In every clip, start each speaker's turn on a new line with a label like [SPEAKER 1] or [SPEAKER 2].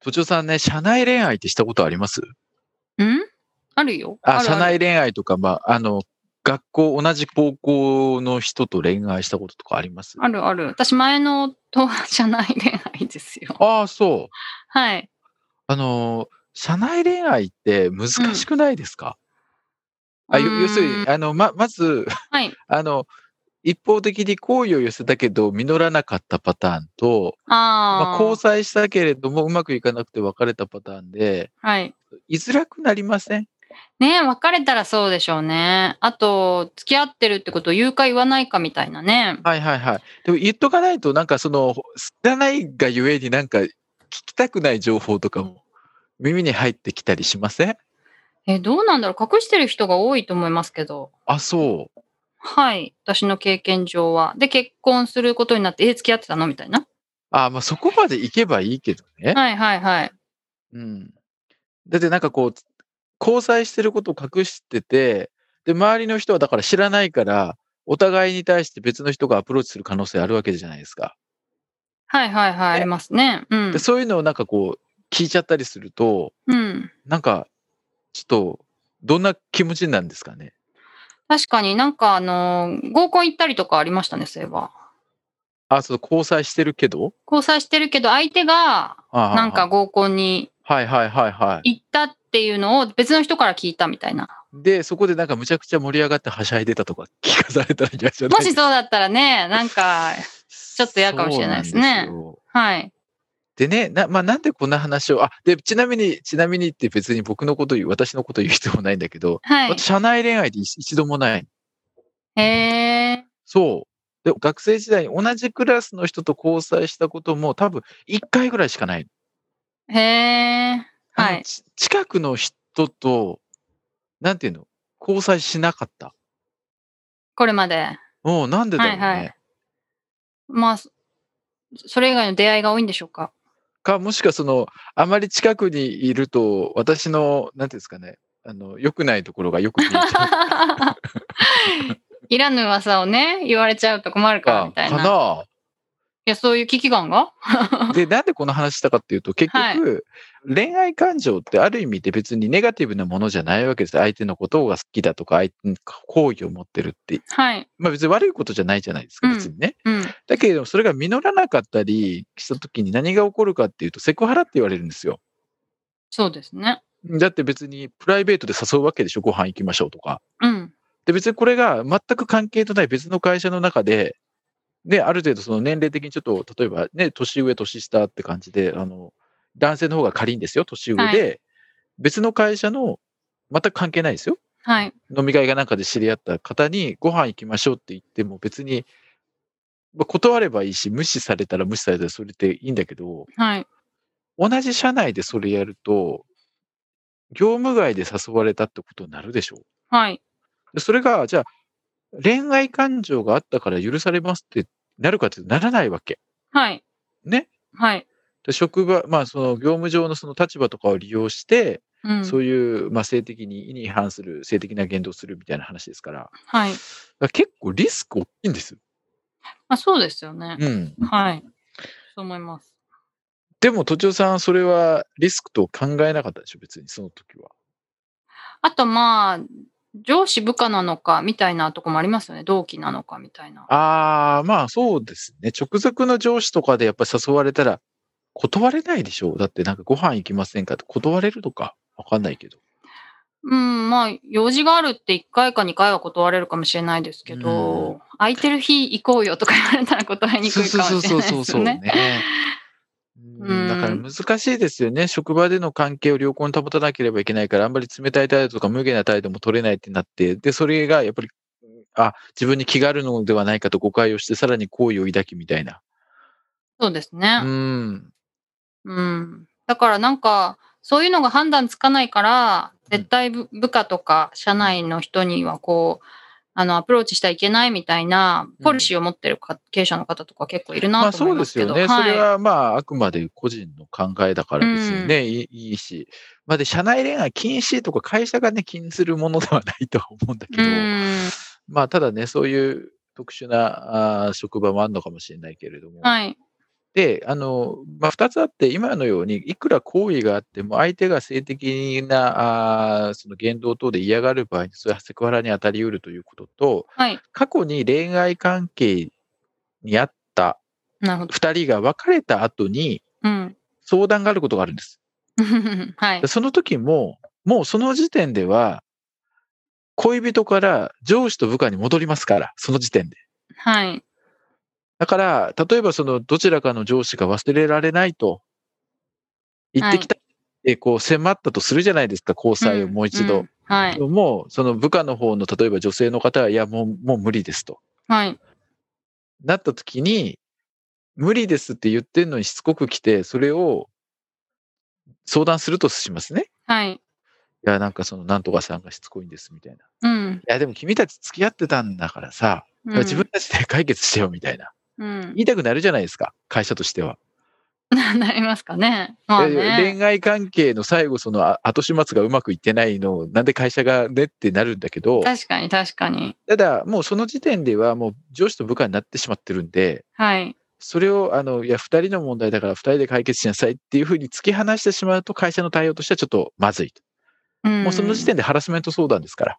[SPEAKER 1] 途中さんね、社内恋愛ってしたことあります
[SPEAKER 2] んあるよ
[SPEAKER 1] あ
[SPEAKER 2] るる
[SPEAKER 1] 社内恋愛とか、まあ、あの、学校、同じ高校の人と恋愛したこととかあります
[SPEAKER 2] あるある私前の夫は社内恋愛ですよ
[SPEAKER 1] ああ、そう。
[SPEAKER 2] はい
[SPEAKER 1] あの、社内恋愛って難しくないですか、あ
[SPEAKER 2] う
[SPEAKER 1] よ
[SPEAKER 2] ーん
[SPEAKER 1] 要するに、あの、ま、まず、
[SPEAKER 2] はい
[SPEAKER 1] あの、一方的に好意を寄せたけど、実らなかったパターンと、まあ、
[SPEAKER 2] あー、
[SPEAKER 1] 交際したけれども、うまくいかなくて別れたパターンで、
[SPEAKER 2] はい
[SPEAKER 1] 居づらくなりません
[SPEAKER 2] ね別れたらそうでしょうね。あと、付き合ってるってことを言うか言わないかみたいなね。
[SPEAKER 1] はいはいはい。でも言っとかないと、なんかその、知らないがゆえになんか聞きたくない情報とかも耳に入ってきたりしません
[SPEAKER 2] え、どうなんだろう隠してる人が多いと思いますけど。
[SPEAKER 1] あ、そう。
[SPEAKER 2] はい。私の経験上は。で、結婚することになって、え、付き合ってたのみたいな。
[SPEAKER 1] あ、まあそこまで行けばいいけどね。
[SPEAKER 2] はいはいはい。
[SPEAKER 1] うん。だってなんかこう、交際してることを隠してて、で、周りの人はだから知らないから、お互いに対して別の人がアプローチする可能性あるわけじゃないですか。
[SPEAKER 2] はいはいはい。あ
[SPEAKER 1] え
[SPEAKER 2] りますね。うん
[SPEAKER 1] で、。そういうのをなんかこう、聞いちゃったりすると、
[SPEAKER 2] うん。
[SPEAKER 1] なんか、ちょっと、どんな気持ちになるんですかね。
[SPEAKER 2] 確かになんか、あのー合コン行ったりとかありましたね、そういえば。
[SPEAKER 1] あ、そう、交際してるけど
[SPEAKER 2] 交際してるけど、相手が、
[SPEAKER 1] ああ
[SPEAKER 2] なんか、合コンに
[SPEAKER 1] はいはいはいはい。
[SPEAKER 2] 行ったっていうのを別の人から聞いたみたいな。
[SPEAKER 1] で、そこでなんかむちゃくちゃ盛り上がってはしゃいでたとか聞かされたら嫌じゃない
[SPEAKER 2] もしそうだったらね、なんか、ちょっと嫌かもしれないです
[SPEAKER 1] そ
[SPEAKER 2] ね
[SPEAKER 1] うなんですよ
[SPEAKER 2] はい。
[SPEAKER 1] でね、な、まあ、なんでこんな話を、あ、で、ちなみに、ちなみにって別に僕のこと言う、私のこと言う必要もないんだけど、
[SPEAKER 2] はい。
[SPEAKER 1] 社内恋愛って一一度もない。
[SPEAKER 2] へえ。
[SPEAKER 1] そう。で、学生時代に同じクラスの人と交際したことも多分一回ぐらいしかない。
[SPEAKER 2] へえ。は
[SPEAKER 1] あの
[SPEAKER 2] い。
[SPEAKER 1] ち近くの人と、なんていうの交際しなかった。
[SPEAKER 2] これまで。
[SPEAKER 1] うん、なんでだろうね。
[SPEAKER 2] はいはいまあ、そそれ以外の出会いが多いんでしょう か。
[SPEAKER 1] か、もしくはその、あまり近くにいると、私の、なんていうんですかね、あの、良くないところがよく見えちゃう
[SPEAKER 2] いらぬ噂をね、言われちゃうと困るから
[SPEAKER 1] か
[SPEAKER 2] みたい
[SPEAKER 1] か
[SPEAKER 2] な。いや、そういう危機感が
[SPEAKER 1] なで、なんでこの話したかっていうと、結局、
[SPEAKER 2] はい
[SPEAKER 1] 恋愛感情ってある意味で別にネガティブなものじゃないわけです。相手のことが好きだとか、相手に好意を持ってるって。
[SPEAKER 2] はい。
[SPEAKER 1] まあ別に悪いことじゃないじゃないですか、
[SPEAKER 2] うん
[SPEAKER 1] 別にね。
[SPEAKER 2] うん。
[SPEAKER 1] だけれども、それが実らなかったりした時に何が起こるかっていうと、セクハラって言われるんですよ。
[SPEAKER 2] そうですね。
[SPEAKER 1] だって別にプライベートで誘うわけでしょ、ご飯行きましょうとか。
[SPEAKER 2] うん。
[SPEAKER 1] で、別にこれが全く関係のない別の会社の中で、で、ある程度その年齢的にちょっと、例えばね、年上、年下って感じで、あの、男性の方が仮にですよ、年上で、
[SPEAKER 2] は
[SPEAKER 1] 別の会社の、全く関係ないですよ。
[SPEAKER 2] はい。
[SPEAKER 1] 飲み会がなんかで知り合った方に、ご飯行きましょうって言っても別に、まあ断ればいいし、無視されたら無視されたらそれでいいんだけど、
[SPEAKER 2] はい。
[SPEAKER 1] 同じ社内でそれやると、業務外で誘われたってことになるでしょう
[SPEAKER 2] はい。
[SPEAKER 1] でそれが、じゃあ、恋愛感情があったから許されますってなるかってならないわけ。
[SPEAKER 2] はい。
[SPEAKER 1] ね。
[SPEAKER 2] はい。
[SPEAKER 1] で職場、まあ、その業務上のその立場とかを利用して、
[SPEAKER 2] うん。
[SPEAKER 1] そういう、まあ、性的に意に違反する、性的な言動をするみたいな話ですから、だか
[SPEAKER 2] はい。
[SPEAKER 1] ら結構リスク大きいんですよ。
[SPEAKER 2] あ、そうですよね。
[SPEAKER 1] うん。
[SPEAKER 2] はい。そう思います。
[SPEAKER 1] でも、都庁さん、それはリスクと考えなかったでしょ、別に、その時は。
[SPEAKER 2] あとまあ、上司部下なのかみたいなとこもありますよね。同期なのかみたいな。
[SPEAKER 1] ああ、まあ、そうですね。直属の上司とかでやっぱり誘われたら、断れないでしょう。だって、なんかご飯行きませんかって断れるとか、わかんないけど。
[SPEAKER 2] うん、まあ、用事があるって1回か2回は断れるかもしれないですけど、
[SPEAKER 1] う
[SPEAKER 2] 空いてる日行こうよとか言われたら断りにくいかもしれないです
[SPEAKER 1] そう
[SPEAKER 2] よね。
[SPEAKER 1] そうそうそうね。うんだから
[SPEAKER 2] うん
[SPEAKER 1] 難しいですよね。職場での関係を良好に保たなければいけないから、あんまり冷たい態度とか無下な態度も取れないってなって、で、それがやっぱり、あ、自分に気があるのではないかと誤解をして、さらに好意を抱きみたいな。
[SPEAKER 2] そうです
[SPEAKER 1] う
[SPEAKER 2] ね。
[SPEAKER 1] ん。
[SPEAKER 2] うん。だからなんか、そういうのが判断つかないから、
[SPEAKER 1] うん
[SPEAKER 2] 絶対部部下とか社内の人にはこう、あの、アプローチしてはいけないみたいな、ポリシーを持ってるか経営者の方とか結構いる
[SPEAKER 1] ま
[SPEAKER 2] な
[SPEAKER 1] あ
[SPEAKER 2] と
[SPEAKER 1] そ
[SPEAKER 2] 思いう
[SPEAKER 1] で
[SPEAKER 2] ますすけ
[SPEAKER 1] よ
[SPEAKER 2] ど。
[SPEAKER 1] ね。それ
[SPEAKER 2] はい。
[SPEAKER 1] はまああくまで個人の考えだから別にね、いいいいし。まあで、社内恋愛禁止とか会社がね、禁止するものではないとは思うんだけど、
[SPEAKER 2] うん
[SPEAKER 1] まあただね、そういう特殊なあー職場もあるのかもしれないけれども。
[SPEAKER 2] はい。
[SPEAKER 1] で、あの、まあ、二つあって、今のように、いくら行為があっても、相手が性的な、あーその言動等で嫌がる場合に、それはセクハラに当たり得るということと、
[SPEAKER 2] はい。
[SPEAKER 1] 過去に恋愛関係にあった
[SPEAKER 2] なるほど。
[SPEAKER 1] 二人が別れた後に、
[SPEAKER 2] うん。
[SPEAKER 1] 相談があることがあるんです。
[SPEAKER 2] はい
[SPEAKER 1] で。その時も、もうその時点では、恋人から上司と部下に戻りますから、その時点で。
[SPEAKER 2] はい。
[SPEAKER 1] だから、例えばそのどちらかの上司が忘れられないと言ってきた、えこう迫ったとするじゃないですか、交際をもう一度。
[SPEAKER 2] んはい。
[SPEAKER 1] もうその部下の方の例えば女性の方は、いや、もうもう無理ですと。
[SPEAKER 2] はい。
[SPEAKER 1] なった時に、無理ですって言ってるのにしつこく来て、それを相談するとしますね。
[SPEAKER 2] はい。
[SPEAKER 1] いや、なんかそのなんとかさんがしつこいんですみたいな。い
[SPEAKER 2] うん。
[SPEAKER 1] や、でも君たち付き合ってたんだからさ、
[SPEAKER 2] うん
[SPEAKER 1] 自分たちで解決してよみたいな。
[SPEAKER 2] うん
[SPEAKER 1] 言いたくなるじゃないですか、会社としては。
[SPEAKER 2] なりますかね。まあ
[SPEAKER 1] いやいや
[SPEAKER 2] ね。
[SPEAKER 1] 恋愛関係の最後そのあ後始末がうまくいってないのをなんで会社がねってなるんだけど
[SPEAKER 2] 確かに確かに。
[SPEAKER 1] ただもうその時点ではもう上司と部下になってしまってるんで
[SPEAKER 2] はい。
[SPEAKER 1] それをあのいや2人の問題だから2人で解決しなさいっていうふうに突き放してしまうと会社の対応としてはちょっとまずいと、もうその時
[SPEAKER 2] で。
[SPEAKER 1] 点でハラスメント相談ですから、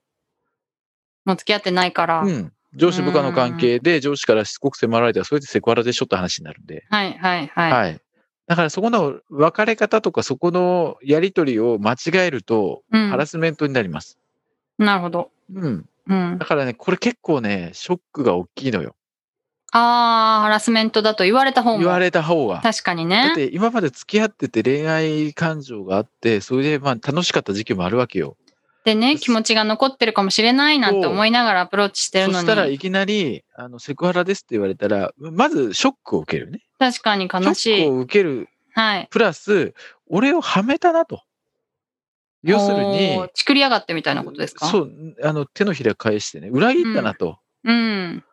[SPEAKER 2] もう付き合ってないから。
[SPEAKER 1] うん、上司部下の関係で上司からしつこく迫られたらそれでセクハラでしょって話になるんで。
[SPEAKER 2] はいはいはい。
[SPEAKER 1] はいだからそこの別れ方とかそこのやり取りを間違えると
[SPEAKER 2] う
[SPEAKER 1] ハ
[SPEAKER 2] ん
[SPEAKER 1] ラ。スメントになります。
[SPEAKER 2] なるほど。
[SPEAKER 1] うん。
[SPEAKER 2] うん
[SPEAKER 1] だ。からね、これ結構ね、ショックが大きいのよ。
[SPEAKER 2] ああ、ハラスメントだと言われた方も。
[SPEAKER 1] 言われた方が。
[SPEAKER 2] 確かに
[SPEAKER 1] だっ
[SPEAKER 2] ね。
[SPEAKER 1] て今まで付き合ってて恋愛感情があって、それでまあ楽しかった時期もあるわけよ。
[SPEAKER 2] でね、気持ちが残ってるかもしれないなんて思いながらアプローチしてる
[SPEAKER 1] そ
[SPEAKER 2] の
[SPEAKER 1] し
[SPEAKER 2] に。
[SPEAKER 1] たらいきなり、あの、セクハラですって言われたら、まずショックを受けるね。
[SPEAKER 2] 確かに悲し
[SPEAKER 1] ショック
[SPEAKER 2] い。
[SPEAKER 1] を受ける。
[SPEAKER 2] はい。
[SPEAKER 1] プラス、俺をはめたなと。要する
[SPEAKER 2] おー
[SPEAKER 1] に、
[SPEAKER 2] ちくりやがってみたいなことですかう。
[SPEAKER 1] そう、あの、手のひら返してね、裏切ったなと。
[SPEAKER 2] ん。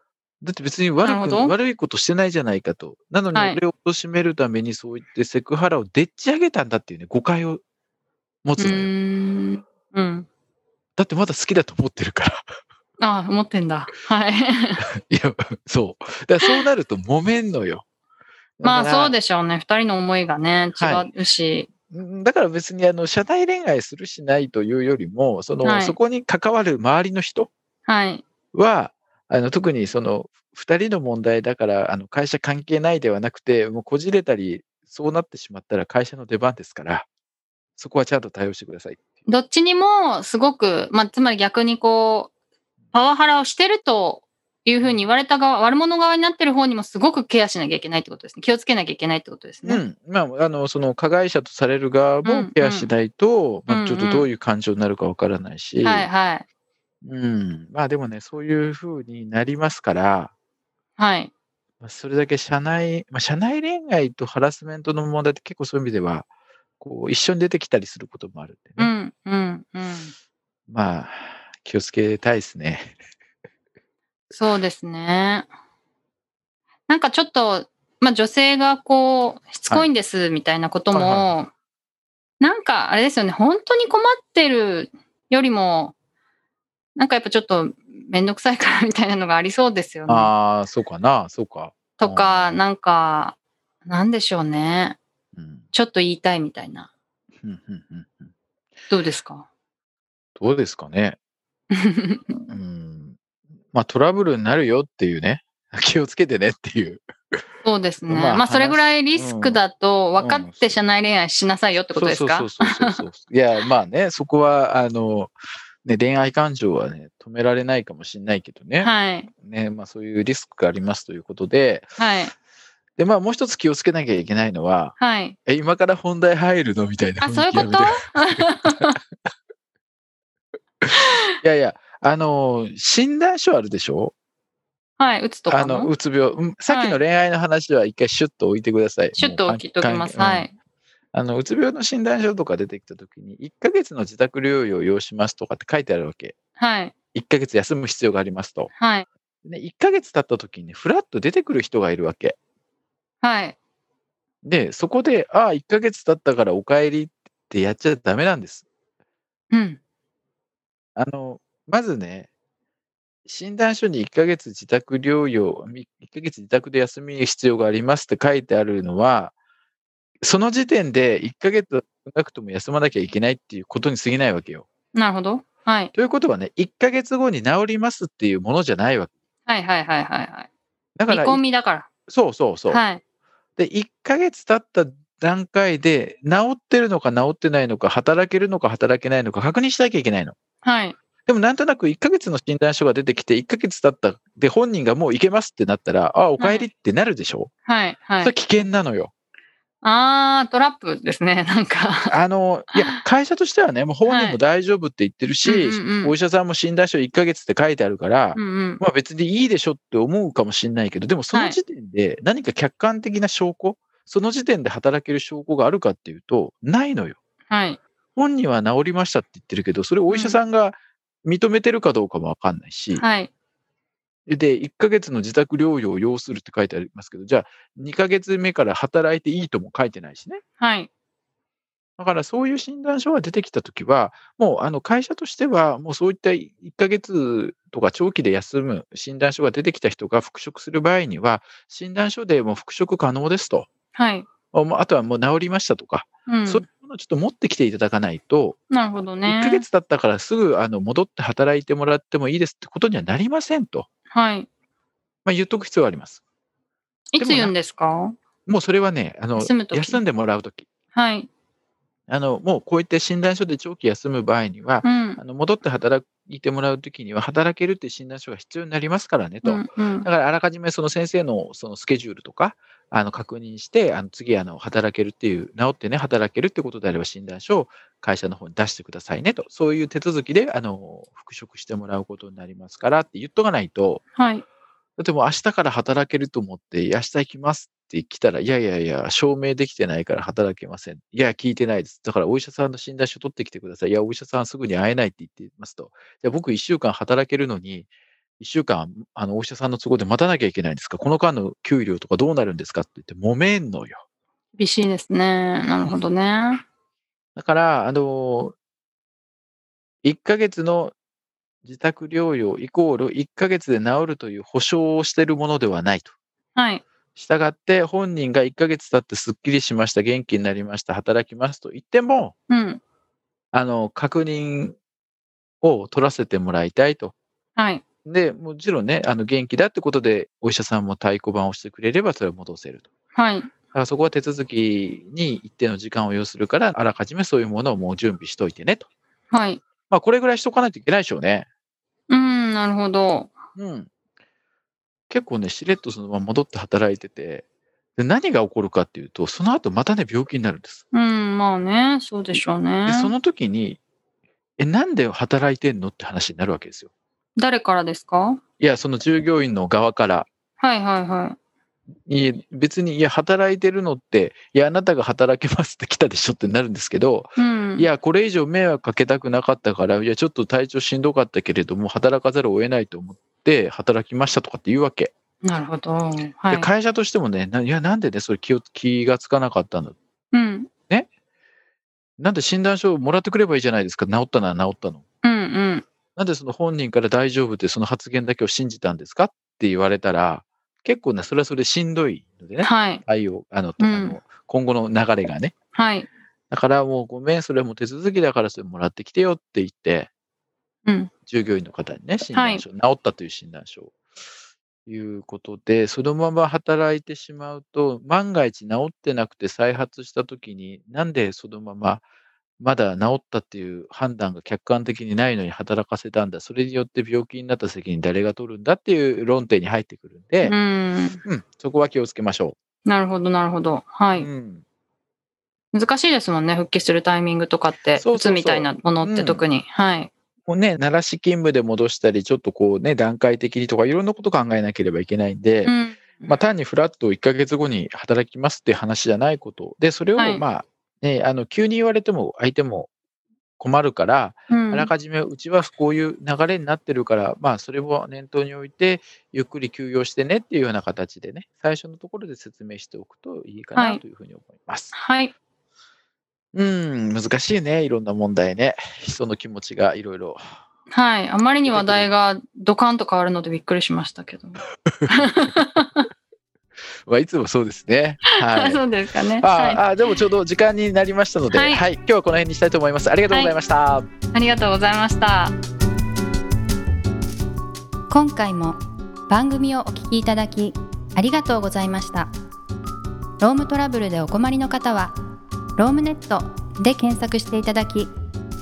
[SPEAKER 1] だって別に
[SPEAKER 2] な
[SPEAKER 1] 悪
[SPEAKER 2] る
[SPEAKER 1] く
[SPEAKER 2] ほど
[SPEAKER 1] 悪いことしてないじゃないかと。なのに
[SPEAKER 2] はい
[SPEAKER 1] 俺を貶めるためにそう言ってセクハラをでっち上げたんだっていうね、誤解を持
[SPEAKER 2] う
[SPEAKER 1] つのよ。
[SPEAKER 2] ーん。うん。
[SPEAKER 1] だってまだ好きだと思ってるから。
[SPEAKER 2] ああ、思ってんだ。はい。
[SPEAKER 1] いや、そう。だからそうなると揉めんのよ。
[SPEAKER 2] まあそう
[SPEAKER 1] で。
[SPEAKER 2] でしょうね。二人の思いがね、
[SPEAKER 1] は
[SPEAKER 2] 違うし。
[SPEAKER 1] うんだから別にあの、社内恋愛するしないというよりも、その、
[SPEAKER 2] はい
[SPEAKER 1] そこに関わる周りの人
[SPEAKER 2] はい。
[SPEAKER 1] は、あの特にその2人の問題だからあの会社関係ないではなくてもうこじれたりそうなってしまったら会社の出番ですからそこはちゃんと対応してください。
[SPEAKER 2] どっちにもすごく、まあ、つまり逆にこう、パワハラをしてるというふうに言われた側、悪者側になってる方にもすごくケアしなきゃいけないってことですね。気をつけなきゃいけないってことです
[SPEAKER 1] う
[SPEAKER 2] ね。
[SPEAKER 1] んまあ、あのその加害者とされる側
[SPEAKER 2] うんう
[SPEAKER 1] も
[SPEAKER 2] ん
[SPEAKER 1] ケアしないと、
[SPEAKER 2] うん
[SPEAKER 1] ま
[SPEAKER 2] う
[SPEAKER 1] あ、
[SPEAKER 2] ん
[SPEAKER 1] ちょっとどういう感情になるかわからないし、
[SPEAKER 2] はいはい。
[SPEAKER 1] うん、まあでもねそういうふうになりますから、
[SPEAKER 2] はい。
[SPEAKER 1] まあ、それだけ社内、まあ、社内恋愛とハラスメントの問題って結構そういう意味ではこう一緒に出てきたりすることもあるんで
[SPEAKER 2] う
[SPEAKER 1] ね、
[SPEAKER 2] んうんうん。
[SPEAKER 1] まあ気をつけたいですね。
[SPEAKER 2] そうですね。なんかちょっと、まあ女性がこう、しつこいんですみたいなことも、
[SPEAKER 1] はい
[SPEAKER 2] なんかあれですよね、本当に困ってるよりも、なんかやっぱちょっとめんどくさいからみたいなのがありそうですよね。
[SPEAKER 1] ああ、そうかな、そうか。
[SPEAKER 2] とか、
[SPEAKER 1] うん
[SPEAKER 2] なんか、なんでしょうね。
[SPEAKER 1] うん。
[SPEAKER 2] ちょっと言いたいみたいな。
[SPEAKER 1] うんうんうんうん
[SPEAKER 2] どうですか
[SPEAKER 1] どうですかね。うん。まあ、トラブルになるよっていうね。 気をつけてねっていう。
[SPEAKER 2] そうですね。
[SPEAKER 1] まあ
[SPEAKER 2] まあ、それぐらいリスクだと分かって社内恋愛しなさいよってことですか
[SPEAKER 1] そうそうそうそうそう。い や、まあね、そこは、あの、ね、恋愛感情はね、止められないかもしれないけどね。
[SPEAKER 2] はい。
[SPEAKER 1] ね、まあそういうリスクがありますということで。
[SPEAKER 2] はい。
[SPEAKER 1] で、まあもう一つ気をつけなきゃいけないのは、
[SPEAKER 2] はい。
[SPEAKER 1] え、今から本題入るのみたいな雰
[SPEAKER 2] あ、
[SPEAKER 1] 囲気
[SPEAKER 2] そういうこ
[SPEAKER 1] やめ
[SPEAKER 2] と
[SPEAKER 1] ていやいや、あの、診断書あるでしょ
[SPEAKER 2] はい。打つとか
[SPEAKER 1] あの
[SPEAKER 2] の
[SPEAKER 1] うつ病、うんさっきの恋愛の話は一回シュッと置いてください。
[SPEAKER 2] シュッと
[SPEAKER 1] もう
[SPEAKER 2] 置きときます。
[SPEAKER 1] 関
[SPEAKER 2] は
[SPEAKER 1] 係うん
[SPEAKER 2] い。
[SPEAKER 1] あの、うつ病の診断書とか出てきたときに、1ヶ月の自宅療養を要しますとかって書いてあるわけ。
[SPEAKER 2] はい。
[SPEAKER 1] 1ヶ月休む必要がありますと。
[SPEAKER 2] はい。
[SPEAKER 1] で1ヶ月経ったときに、フラッと出てくる人がいるわけ。
[SPEAKER 2] はい。
[SPEAKER 1] で、そこで、ああ、1ヶ月経ったからお帰りってやっちゃダメなんです。
[SPEAKER 2] うん。
[SPEAKER 1] あの、まずね、診断書に1ヶ月自宅療養、み1ヶ月自宅で休み必要がありますって書いてあるのは、その時点で1ヶ月なくとも休まなきゃいけないっていうことに過ぎないわけよ。
[SPEAKER 2] なるほど。はい。
[SPEAKER 1] ということはね、1ヶ月後に治りますっていうものじゃないわけ。
[SPEAKER 2] はいはいはいはいはい。
[SPEAKER 1] だから
[SPEAKER 2] 見、込みだか
[SPEAKER 1] そうそうそう。
[SPEAKER 2] ら。はい。
[SPEAKER 1] で、1ヶ月経った段階で、治ってるのか治ってないのか、働けるのか働けないのか確認しなきゃいけないの。
[SPEAKER 2] はい。
[SPEAKER 1] でもなんとなく1ヶ月の診断書が出てきて、1ヶ月経ったで本人がもう行けますってなったら、ああ、お帰りってなるでしょ、
[SPEAKER 2] はい。は
[SPEAKER 1] それ
[SPEAKER 2] い。
[SPEAKER 1] 危険なのよ。
[SPEAKER 2] あー、トラップですね。なんか。
[SPEAKER 1] あの、いや、会社としてはね、もう本人も大丈夫って言ってるし、
[SPEAKER 2] うんうんうん
[SPEAKER 1] お医者さんも診断書1ヶ月って書いてあるから、
[SPEAKER 2] うんうん。
[SPEAKER 1] まあ別にいいでしょって思うかもしれないけど、でもその時点で何か客観的な証拠、その時点で働ける証拠があるかっていうと、ないのよ。
[SPEAKER 2] はい。
[SPEAKER 1] 本人は治りましたって言ってるけど、それお医者さんが認めてるかどうかもわかんないし、
[SPEAKER 2] はい。
[SPEAKER 1] で、1ヶ月の自宅療養を要するって書いてありますけど、じゃあ、2ヶ月目から働いていいとも書いてないしね。
[SPEAKER 2] はい。
[SPEAKER 1] だから、そういう診断書が出てきたときは、もう、あの、会社としては、もうそういった1ヶ月とか長期で休む診断書が出てきた人が復職する場合には、診断書でもう復職可能ですと。
[SPEAKER 2] はい。
[SPEAKER 1] あもうあとはもう治りましたとか、
[SPEAKER 2] うん。
[SPEAKER 1] そういうものをちょっと持ってきていただかないと、
[SPEAKER 2] なるほどね。
[SPEAKER 1] 1ヶ月経ったからすぐあの戻って働いてもらってもいいですってことにはなりませんと、
[SPEAKER 2] はい。
[SPEAKER 1] まあ、言っとく必要があります。
[SPEAKER 2] い
[SPEAKER 1] で
[SPEAKER 2] つ
[SPEAKER 1] もな
[SPEAKER 2] 言うんですか
[SPEAKER 1] もうそれはね、あの
[SPEAKER 2] 休む時
[SPEAKER 1] 休んでもらうとき、
[SPEAKER 2] はい。
[SPEAKER 1] あのもうこういった診断書で長期休む場合には、
[SPEAKER 2] うん
[SPEAKER 1] あ。の戻って働いてもらうときには、働けるっていう診断書が必要になりますからね
[SPEAKER 2] う
[SPEAKER 1] と。
[SPEAKER 2] んうん
[SPEAKER 1] だからあらかじめその先生のそのスケジュールとかあの確認して、あの次あの働けるっていう、治ってね、働けるってことであれば診断書を会社の方に出してくださいねと、そういう手続きであの復職してもらうことになりますからって言っとかないと、
[SPEAKER 2] はい。
[SPEAKER 1] だってもう明日から働けると思って、明日行きますって来たら、いやいやいや、証明できてないから働けません。いや、聞いてないです。だからお医者さんの診断書取ってきてください。いや、お医者さんすぐに会えないって言っていますと。じゃあ僕1週間働けるのに、1週間、あの、お医者さんの都合で待たなきゃいけないんですかこの間の給料とかどうなるんですかって言って揉めんのよ。
[SPEAKER 2] 厳しいですね。なるほどね。
[SPEAKER 1] だから、あの1ヶ月の自宅療養イコール1ヶ月で治るという保証をしているものではないと。
[SPEAKER 2] はい。
[SPEAKER 1] したがって、本人が1ヶ月経ってすっきりしました、元気になりました、働きますと言っても、
[SPEAKER 2] うん。
[SPEAKER 1] あの、確認を取らせてもらいたいと。
[SPEAKER 2] はい。
[SPEAKER 1] で、もちろんね、あの、元気だってことで、お医者さんも太鼓判をしてくれれば、それは戻せると。
[SPEAKER 2] はい。
[SPEAKER 1] だからそこは手続きに一定の時間を要するから、あらかじめそういうものをもう準備しといてねと。
[SPEAKER 2] はい。
[SPEAKER 1] まあ、これぐらいしとかないといけないでしょうね。
[SPEAKER 2] うん、なるほど。
[SPEAKER 1] うん。結構ね、しれっとそのまま戻って働いてて、で何が起こるかっていうと、その後またね、病気になるんです。
[SPEAKER 2] うん、まあね、そうでしょうね
[SPEAKER 1] で、。その時に、え、なんで働いてんのって話になるわけですよ。
[SPEAKER 2] 誰からですか
[SPEAKER 1] いや、その従業員の側から、
[SPEAKER 2] はいはいはい
[SPEAKER 1] え別に、いや、働いてるのって、いや、あなたが働けますって来たでしょってなるんですけど、
[SPEAKER 2] い。うん。
[SPEAKER 1] いや、これ以上迷惑かけたくなかったから、いや、ちょっと体調しんどかったけれども、働かざるを得ないと思って、働きましたとかって言うわけ。
[SPEAKER 2] なるほど。は
[SPEAKER 1] で
[SPEAKER 2] い。
[SPEAKER 1] 会社としてもね、ないや、なんでね、それ気を気がつかなかったんだ。
[SPEAKER 2] うん。
[SPEAKER 1] なんで診断書をもらってくればいいじゃないですか。治ったなら治ったの。
[SPEAKER 2] うんうん。
[SPEAKER 1] なんでその本人から大丈夫ってその発言だけを信じたんですかって言われたら、結構ね、それはそれでしんどいのでね、
[SPEAKER 2] はい。
[SPEAKER 1] 対応、あの、
[SPEAKER 2] うん
[SPEAKER 1] あの今後の流れがね。
[SPEAKER 2] はい。
[SPEAKER 1] だからもうごめん、それはもう手続きだからそれもらってきてよって言って、
[SPEAKER 2] うん。
[SPEAKER 1] 従業員の方にね、診
[SPEAKER 2] は
[SPEAKER 1] 断
[SPEAKER 2] い
[SPEAKER 1] 書、治ったという診断書を。いうことで、そのまま働いてしまうと、万が一治ってなくて再発したときに、なんでそのまま、まだ治ったっていう判断が客観的にないのに働かせたんだ、それによって病気になった責任誰が取るんだっていう論点に入ってくるんで、
[SPEAKER 2] うん。
[SPEAKER 1] うんそこは気をつけましょ
[SPEAKER 2] なるほど、なるほど。は
[SPEAKER 1] う。
[SPEAKER 2] い。
[SPEAKER 1] うん
[SPEAKER 2] 難しいですもんね、復帰するタイミングとかっ
[SPEAKER 1] そうそ
[SPEAKER 2] て、
[SPEAKER 1] うそう
[SPEAKER 2] 鬱みたいなものって特に。はい。
[SPEAKER 1] もうね、慣らし勤務で戻したり、ちょっとこうね、段階的にとか、いろんなこと考えなければいけないんで、
[SPEAKER 2] うん。
[SPEAKER 1] まあ、単にフラット1ヶ月後に働きますっていう話じゃないことで、それを
[SPEAKER 2] はい
[SPEAKER 1] まあ、ね、あの、急に言われても相手も困るから、
[SPEAKER 2] うん
[SPEAKER 1] あらかじめうちはこういう流れになってるから、まあ、それを念頭に置いて、ゆっくり休養してねっていうような形でね、最初のところで説明しておくといいか
[SPEAKER 2] は
[SPEAKER 1] ないというふうに思います。
[SPEAKER 2] はい。
[SPEAKER 1] うん、難しいね、いろんな問題ね。人の気持ちがいろいろ。
[SPEAKER 2] はい。あまりに話題がドカンと変わるのでびっくりしましたけど。
[SPEAKER 1] まあ、いつもそうですね。はい。
[SPEAKER 2] そうですかね。
[SPEAKER 1] あ、
[SPEAKER 2] はい。
[SPEAKER 1] あ、でもちょうど時間になりましたので、
[SPEAKER 2] は
[SPEAKER 1] はいい、今日はこの辺にしたいと思います。ありがとうございました。
[SPEAKER 2] ありがとうございました。今回も番組をお聞きいただきありがとうございましたロームトラブルでお困りの方はロームネットで検索していただき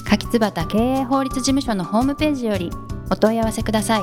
[SPEAKER 2] 柿椿経営法律事務所のホームページよりお問い合わせください